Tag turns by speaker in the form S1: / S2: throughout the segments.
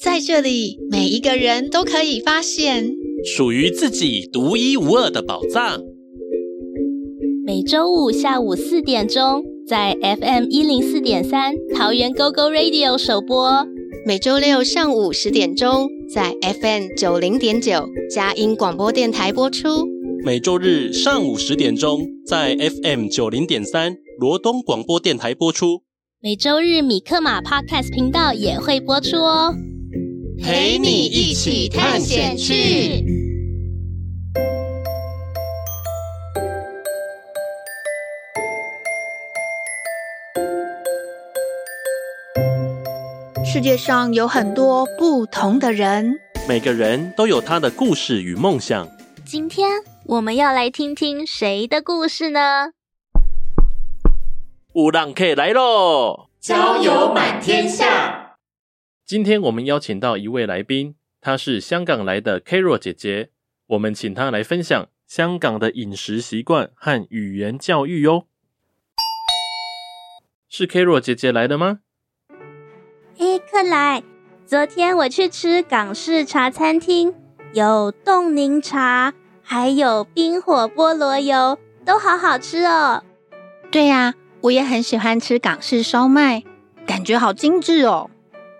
S1: 在这里，每一个人都可以发现
S2: 属于自己独一无二的宝藏。
S3: 每周五下午四点钟在 FM 一零四点三桃园 GoGo Radio 首播，
S1: 每周六上午十点钟在 FM 九零点九佳音广播电台播出，
S2: 每周日上午十点钟在 FM 九零点三罗东广播电台播出，
S3: 每周日米克马 Podcast 频道也会播出哦。
S4: 陪你一起探险去。
S1: 世界上有很多不同的人，
S2: 每个人都有他的故事与梦想。
S3: 今天我们要来听听谁的故事呢？
S2: 乌浪 K 来喽！
S4: 交友满天下。
S2: 今天我们邀请到一位来宾，她是香港来的 Carol 姐姐，我们请她来分享香港的饮食习惯和语言教育哟。是 Carol 姐姐来的吗？
S3: 诶，克莱，昨天我去吃港式茶餐厅，有冻柠茶，还有冰火菠萝油，都好好吃哦。
S1: 对呀、我也很喜欢吃港式烧麦，感觉好精致哦。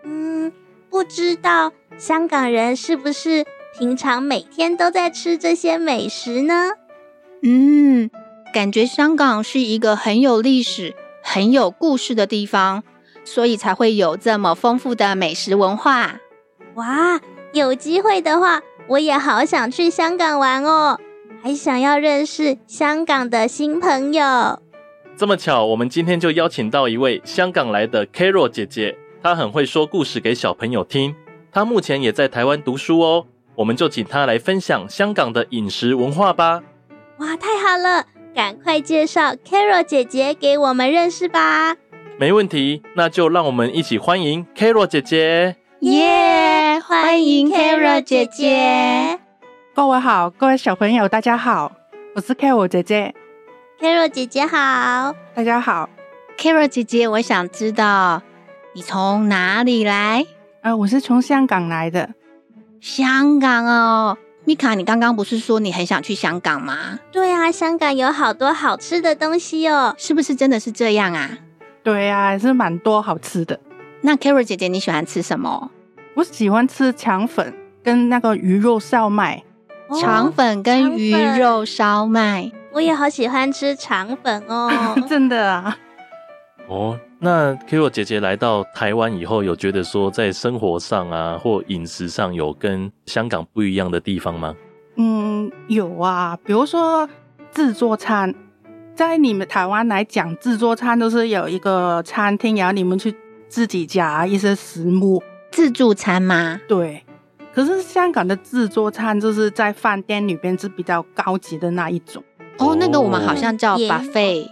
S3: 嗯，不知道香港人是不是平常每天都在吃这些美食呢？
S1: 嗯，感觉香港是一个很有历史、很有故事的地方，所以才会有这么丰富的美食文化。
S3: 哇，有机会的话，我也好想去香港玩哦，还想要认识香港的新朋友。
S2: 这么巧，我们今天就邀请到一位香港来的 Carol 姐姐，她很会说故事给小朋友听。她目前也在台湾读书哦，我们就请她来分享香港的饮食文化吧。
S3: 哇，太好了！赶快介绍 Carol 姐姐给我们认识吧。
S2: 没问题，那就让我们一起欢迎 Carol 姐姐。
S1: 耶欢迎 Carol 姐姐。
S5: 各位好，各位小朋友，大家好，我是 Carol 姐姐，
S3: Carol 姐姐好，
S5: 大家好，
S1: Carol 姐姐，我想知道你从哪里来？
S5: 呃，我是从香港来的，
S1: 香港哦，米卡，你刚刚不是说你很想去香港吗？
S3: 对啊，香港有好多好吃的东西哦。
S1: 是不是真的是这样啊？
S5: 对啊，还是蛮多好吃的，
S1: 那 Carol 姐姐，你喜欢吃什么？
S5: 我喜欢吃肠粉跟那个鱼肉烧麦，
S1: 哦肠粉跟鱼肉烧麦。
S3: 哦我也好喜欢吃肠粉 哦。
S5: 真的啊，
S2: 哦，那 Carol 姐姐来到台湾以后，有觉得说在生活上啊或饮食上有跟香港不一样的地方吗？
S5: 嗯，有啊，比如说自助餐，在你们台湾来讲，自助餐都是有一个餐厅，然后你们去自己夹一些食物，
S1: 自助餐吗？
S5: 对。可是香港的自助餐就是在饭店里边是比较高级的那一种。
S1: 哦
S2: 哦，
S1: 那个我们好像叫
S3: 也有
S1: buffet，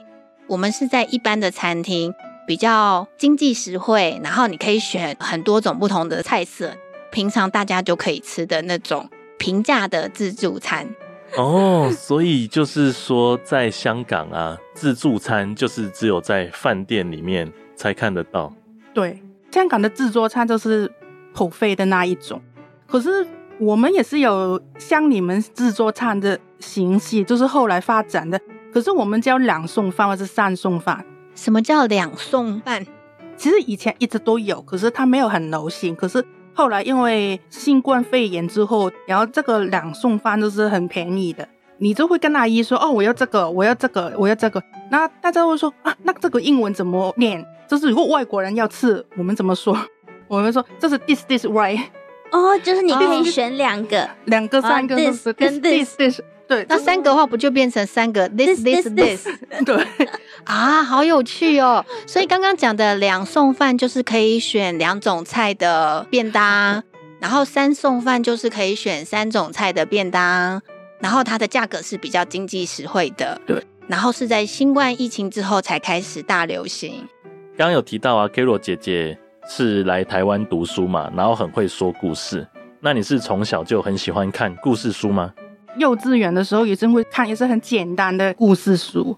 S1: 我们是在一般的餐厅，比较经济实惠，然后你可以选很多种不同的菜色，平常大家就可以吃的那种平价的自助餐。
S2: 哦，所以就是说，在香港啊，自助餐就是只有在饭店里面才看得到。
S5: 对，香港的自助餐就是口费的那一种，可是我们也是有像你们自助餐的形式，就是后来发展的。可是我们叫两餸饭或是三餸饭，
S1: 什么叫两餸饭？
S5: 其实以前一直都有，可是它没有很流行。可是后来因为新冠肺炎之后，然后这个两餸饭就是很便宜的，你就会跟阿姨说：“哦，我要这个，我要这个，我要这个。”那大家会说：“啊，那这个英文怎么念？”就是如果外国人要吃，我们怎么说？ 我们说这是 this this right，
S3: 哦，就是你可以选两个。
S5: 两个、
S3: 哦
S5: 三个、
S3: this
S5: 四个
S3: 跟
S5: this this，对，
S1: 那
S5: 这
S1: 三个的话不就变成三个 this this this
S5: 对，
S1: 啊？好有趣哦！所以刚刚讲的两餸饭就是可以选两种菜的便当，然后三送饭就是可以选三种菜的便当，然后它的价格是比较经济实惠的。
S5: 对，
S1: 然后是在新冠疫情之后才开始大流行。
S2: 刚刚有提到啊 k a r o 姐姐是来台湾读书嘛，然后很会说故事。那你是从小就很喜欢看故事书吗？
S5: 幼稚园的时候也是会看，也是很简单的故事书，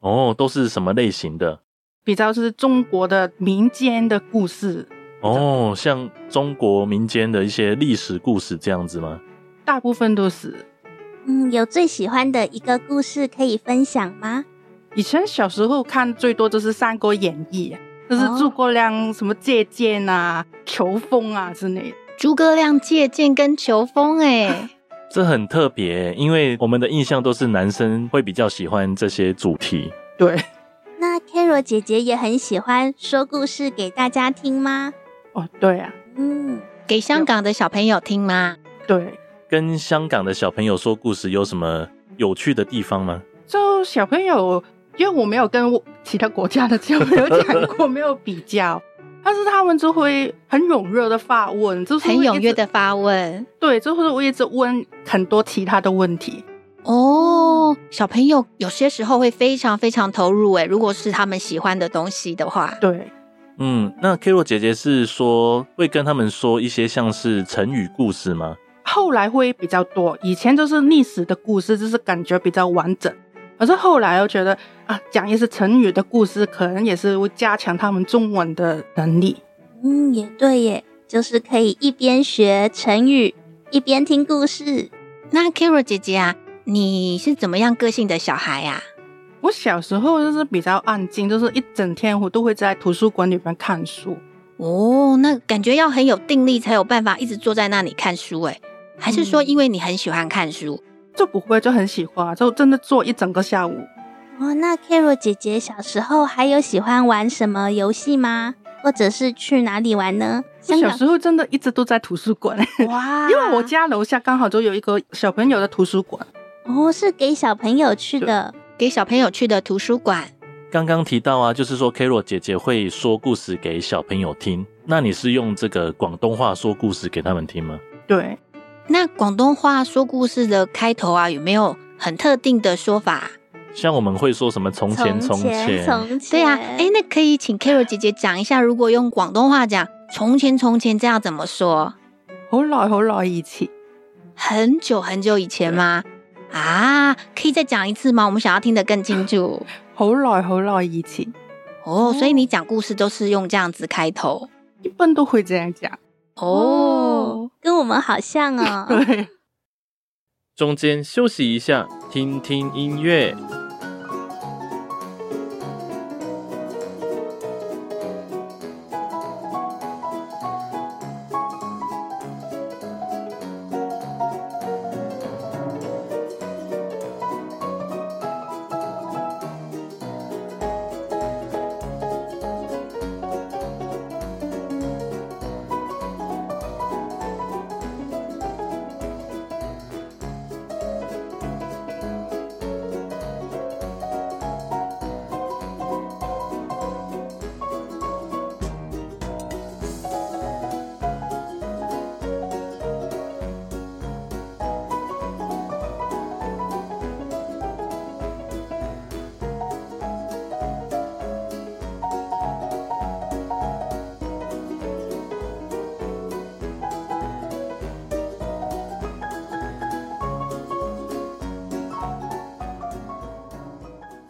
S2: 哦，都是什么类型的？
S5: 比较是中国的民间的故事，
S2: 哦，像中国民间的一些历史故事这样子吗？
S5: 大部分都是。
S3: 嗯，有最喜欢的一个故事可以分享吗？
S5: 以前小时候看最多就是《三国演义》，就是
S3: 哦
S5: 诸葛亮什么借箭啊、求风啊之类的。
S1: 诸葛亮借箭跟求风、哎，
S2: 这很特别，因为我们的印象都是男生会比较喜欢这些主题。
S5: 对，
S3: 那 Carol 姐姐也很喜欢说故事给大家听吗？
S5: 哦，对啊，
S3: 嗯，
S1: 给香港的小朋友听吗？
S5: 对，
S2: 跟香港的小朋友说故事有什么有趣的地方吗？
S5: 就小朋友，因为我没有跟我其他国家的小朋友讲过，没有比较， 但是他们就会很踊跃的发问，就是
S1: 很
S5: 会一
S1: 踊跃
S5: 直
S1: 的，发问
S5: 对，就是我一直问很多其他的问题，
S1: 哦。小朋友有些时候会非常非常投入、哎，如果是他们喜欢的东西的话，
S5: 对，
S2: 嗯，那 Kiro 姐姐是说会跟他们说一些像是成语故事吗？
S5: 后来会比较多，以前就是历史的故事，就是感觉比较完整。可是后来又觉得啊，讲一些成语的故事，可能也是会加强他们中文的能力。
S3: 嗯，也对耶，就是可以一边学成语，一边听故事。
S1: 那 Kira 姐姐啊，你是怎么样个性的小孩啊呀、
S5: 我小时候就是比较安静，就是一整天我都会在图书馆里面看书。
S1: 哦，那感觉要很有定力才有办法一直坐在那里看书诶。还是说
S5: 嗯
S1: 因为你很喜欢看书？
S5: 就不会就很喜欢，就真的坐一整个下午。
S3: 哦，那 Carol 姐姐小时候还有喜欢玩什么游戏吗？或者是去哪里玩呢？
S5: 我
S3: 香
S5: 小
S3: 港
S5: 时候真的一直都在图书 馆，
S3: 哇，
S5: 因为我家楼下刚好就有一个小朋友的图书馆。
S3: 哦是给小朋友去的，
S1: 给小朋友去的图书馆，
S2: 刚刚提到啊，就是说 Kiro 姐姐会说故事给小朋友听，那你是用这个广东话说故事给他们听吗？
S5: 对，
S1: 那广东话说故事的开头啊，有没有很特定的说法？
S2: 像我们会说什么从前从
S3: 前
S2: 前，
S3: 从前，
S1: 对啊，
S5: 哎
S1: 诶，那可以请 Carol 姐姐讲一下，如果用广东话讲“从前从前”这样怎么说？
S5: 好耐好耐以前，
S1: 很久很久以前吗？啊，可以再讲一次吗？我们想要听得更清楚
S5: 好耐好耐以前，
S1: 哦。所以你讲故事都是用这样子开头
S5: 一般都会这样讲。
S1: 哦。
S3: 跟我们好像 哦。
S5: 对，
S2: 中间休息一下，听听音乐。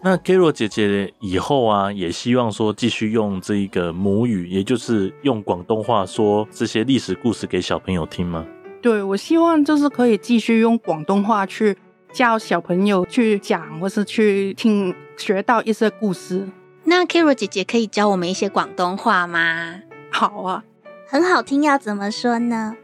S2: 那 Kiro 姐姐以后啊，也希望说继续用这一个母语，也就是用广东话说这些历史故事给小朋友听吗？
S5: 对我希望就是可以继续用广东话去教小朋友去讲，或是去听，学到一些故事。
S1: 那 Carol 姐姐可以教我们一些广东话吗？
S5: 好啊，
S3: 很好听，要怎么说呢？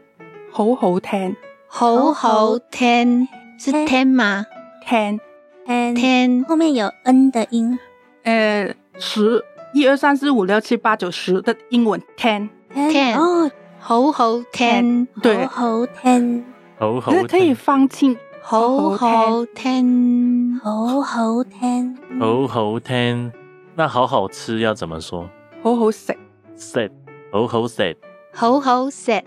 S5: 好好听
S1: 好好听是
S3: 听
S1: 听吗？
S5: 听，
S3: 嗯，
S1: 听
S3: 后面有 n 的音，
S5: 呃，十一二三四五六七八九十的英文 ten，
S3: ten
S1: ten
S3: 哦，
S1: 好好听，
S5: 对，
S3: 喉 ten
S2: 好哦好
S5: 可是可以放轻，
S1: 好好听，
S3: 喉喉 ten
S2: 好好听。那好好吃要怎么说
S5: 好好食，
S2: ？Set，好好 set。
S1: 好好食，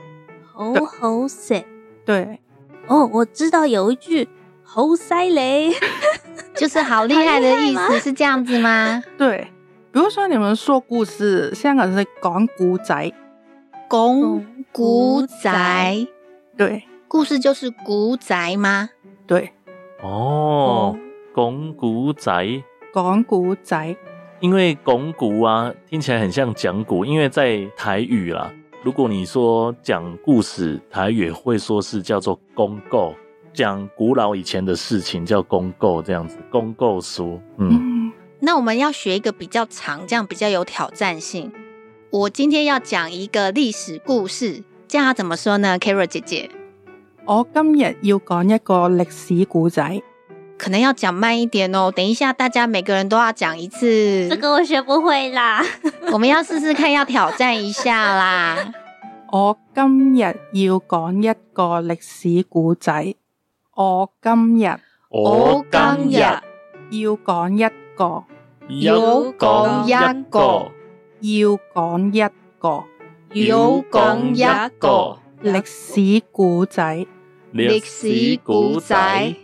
S3: 猴
S5: 对
S3: 猴塞。
S5: 对，
S3: 哦，我知道有一句猴塞 雷，
S1: 就是好厉害的意
S3: 好厉
S1: 思，是这样子 吗？
S5: 对，比如说你们说故事，香港是讲古仔，
S1: 拱古仔，
S5: 对
S1: 故事就是古仔吗？
S5: 对，
S2: 哦，拱古仔，
S5: 讲古仔，
S2: 因为拱古啊，听起来很像讲古，因为在台语啦，如果你说讲故事，台语也会说是叫做公构，讲古老以前的事情叫公构，这样子，公构书，嗯，
S5: 嗯，
S1: 那我们要学一个比较长，这样比较有挑战性。我今天要讲一个历史故事，这样要怎么说呢？Kara 姐姐，
S5: 我今日要讲一個歷史古仔，
S1: 可能要讲慢一点哦。等一下，大家每个人都要讲一次。
S3: 这个我学不会啦。
S1: 我们要试试看，要挑战一下 啦。
S5: 我今日要講一個歷史古仔，我今日要
S1: 我今日
S5: 講一個，
S2: 有
S1: 講一個
S5: 要講一個
S1: 有講一個
S5: 歷史古仔，
S2: 歷史古仔。。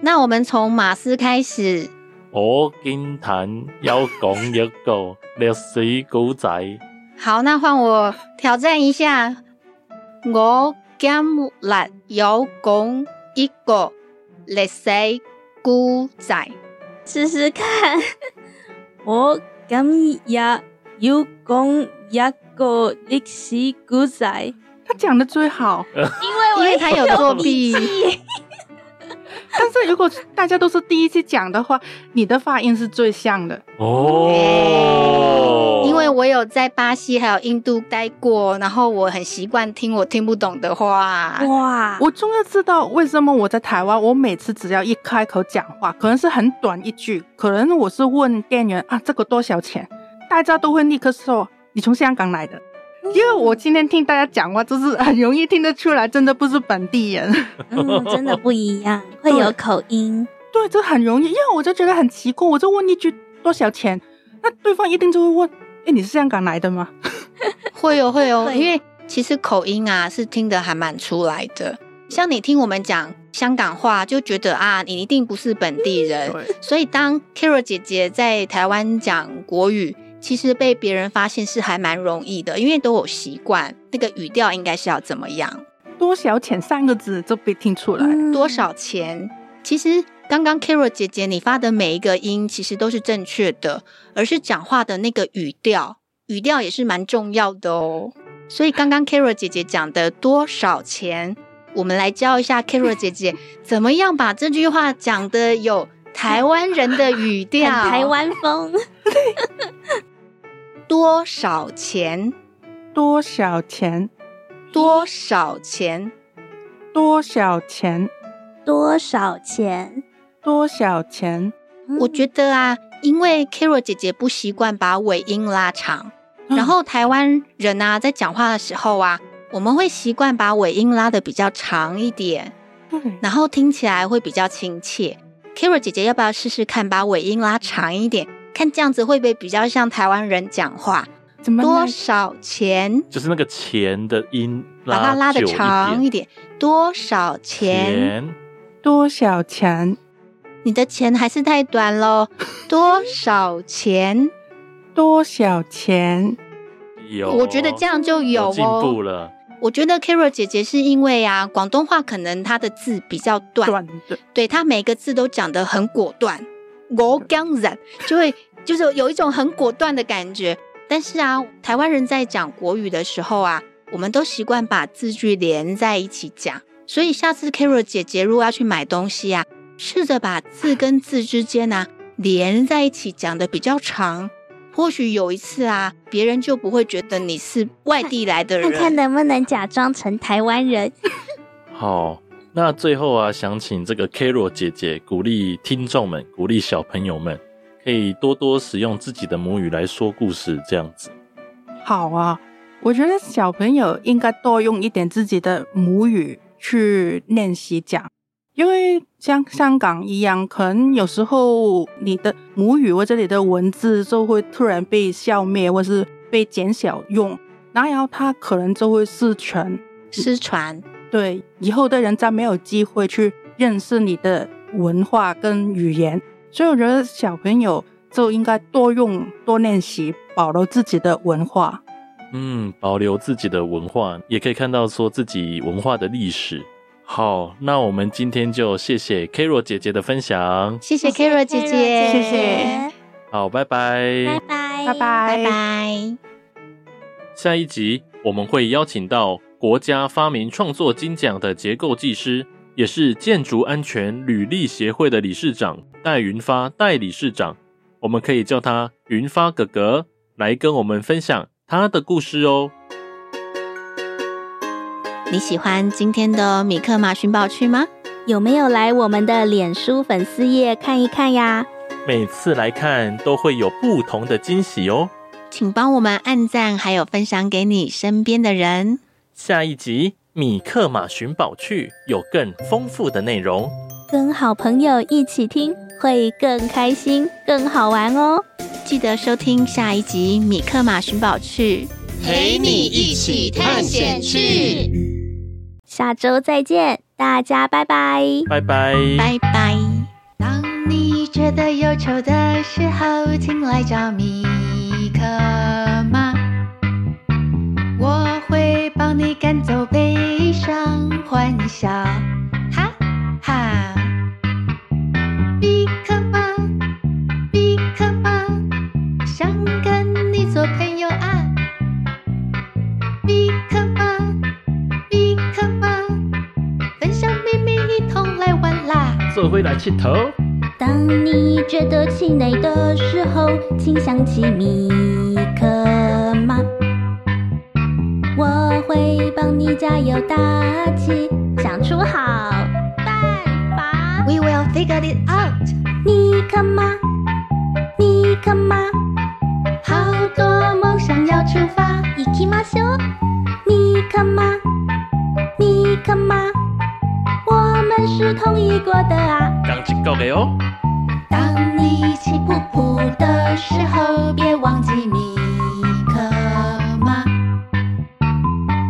S1: 那我们从马斯开始，
S2: 我今天要讲一个历史古仔，
S1: 好，那换我挑战一下。我今日有讲一个历史故仔，
S3: 试试看。我今日要讲一个历史故仔，
S5: 他講得最好。
S3: 因为
S1: 因
S3: 我
S1: 为他有作弊。
S5: 但是如果大家都是第一次讲的话，你的发音是最像的。
S2: 哦，
S1: 因为我有在巴西还有印度待过，然后我很习惯听我听不懂的话。
S3: 哇，
S5: 我终于知道为什么我在台湾，我每次只要一开口讲话，可能是很短一句，可能我是问店员啊这个多少钱，大家都会立刻说你从香港来的。因为我今天听大家讲话，就是很容易听得出来，真的不是本地人。
S3: 嗯，真的不一样，会有口音。
S5: 对，这很容易，因为我就觉得很奇怪，我就问一句多少钱，那对方一定就会问，哎，你是香港来的吗？
S1: 会有会有，
S3: 会
S1: 因为其实口音啊是听得还蛮出来的。像你听我们讲香港话，就觉得啊，你一定不是本地人。
S5: 对，
S1: 所以当 Kira 姐姐在台湾讲国语，其实被别人发现是还蛮容易的，因为都有习惯，那个语调应该是要怎么样，
S5: 多少钱三个字就被听出来。
S3: 嗯
S1: 多少钱。其实刚刚 Kira 姐姐你发的每一个音，其实都是正确的，而是讲话的那个语调，语调也是蛮重要的哦。所以刚刚 Kira 姐姐讲的多少钱，我们来教一下 Kira 姐姐怎么样把这句话讲的有台湾人的语
S3: 很
S1: 调，
S3: 台湾风，
S1: 多少钱？
S5: 多少钱？
S1: 多少钱？
S5: 多少钱？
S3: 多少钱？
S5: 多少钱？
S1: 我觉得啊，因为 Kira 姐姐不习惯把尾音拉长，然后台湾人啊在讲话的时候啊，我们会习惯把尾音拉的比较长一点，
S5: 对，
S3: 嗯
S1: 然后听起来会比较亲切。Kira 姐姐要不要试试看把尾音拉长一点？看这样子会不会比较像台湾人讲话？
S5: 怎么
S1: 多
S5: 呢？
S1: 少钱？
S2: 就是那个钱的音
S1: 把它拉的
S2: 久
S1: 长
S2: 一
S1: 一点。多少
S2: 点，
S1: 钱？
S5: 多少钱？
S1: 你的钱还是太短喽， 多少钱？
S5: 多少钱？
S2: 有，哦
S1: 我觉得这样就有哦。
S2: 进步了，
S1: 我觉得 Kira 姐姐是因为啊，广东话可能她的字比较短，
S5: 短的，
S1: 对她每个字都讲得很果断，我刚然就会就是有一种很果断的感觉。但是啊，台湾人在讲国语的时候啊，我们都习惯把字句连在一起讲，所以下次 Kira 姐姐如果要去买东西啊，试着把字跟字之间啊连在一起讲的比较长，或许有一次啊，别人就不会觉得你是外地来的人。
S3: 看看能不能假装成台湾人。
S2: 好。那最后啊，想请这个 Caro 姐姐鼓励听众们，鼓励小朋友们，可以多多使用自己的母语来说故事，这样子。
S5: 好啊！我觉得小朋友应该多用一点自己的母语去练习讲，因为像香港一样，可能有时候你的母语或者你的文字就会突然被消灭，或是被减小用，然后它可能就会失传。
S1: 失传。
S5: 对，以后的人再没有机会去认识你的文化跟语言，所以我觉得小朋友就应该多用、多练习，保留自己的文化。
S2: 嗯，保留自己的文化，也可以看到说自己文化的历史。好，那我们今天就谢谢 Karo 姐姐的分享。
S1: 谢谢 Kara 姐姐，
S5: 谢谢，
S2: 好，拜拜。
S3: 拜拜，
S5: 拜。
S1: 拜
S5: 拜。
S1: 拜。
S2: 下一集我们会邀请到国家发明创作金奖的结构技师，也是建筑安全履历协会的理事长戴云发戴理事长，我们可以叫他云发哥哥，来跟我们分享他的故事哦。
S1: 你喜欢今天的米克马寻宝区吗？
S3: 有没有来我们的脸书粉丝页看一看呀？
S2: 每次来看都会有不同的惊喜哦。
S1: 请帮我们按赞，还有分享给你身边的人。
S2: 下一集米克马寻宝趣有更丰富的内容。
S3: 跟好朋友一起听，会更开心、更好玩哦。
S1: 记得收听下一集《米克马寻宝去》。
S4: 陪你一起探险去。
S3: 下周再见，大家拜拜。
S2: 拜拜。
S1: 拜拜。
S6: 当你觉得忧愁的时候，请来找米克妈，我会帮你赶走悲伤，欢笑，哈哈。米克妈，米克妈，想跟你做朋友啊。米克妈，米克妈，分享秘密，一同来玩啦。
S2: 这回来气头，
S3: 当你觉得气馁的时候，请想起米克妈，我会帮你加油打气，想出好办法。
S6: We will figure it out。
S3: 米克妈，米克妈，
S6: 好多梦想要出发，
S3: 一起马修，米克妈，米克妈，我们是同一国的啊。
S2: 刚起告给哦。
S6: 当你气噗噗的时候，别忘记米克妈。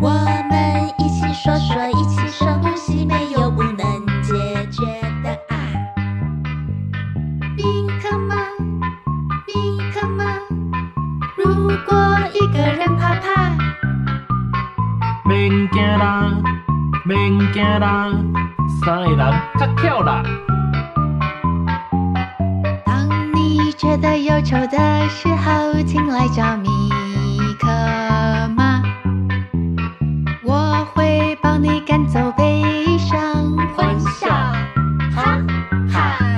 S6: 我们一起说说，一起深呼吸，没有不能解决的啊。米克妈，米克妈，如果一个人怕怕。
S2: 免惊啦，免惊啦，三个人较巧啦。
S6: 当你觉得忧愁的时候，请来找米克妈，我会帮你赶走悲伤，欢笑，哈哈。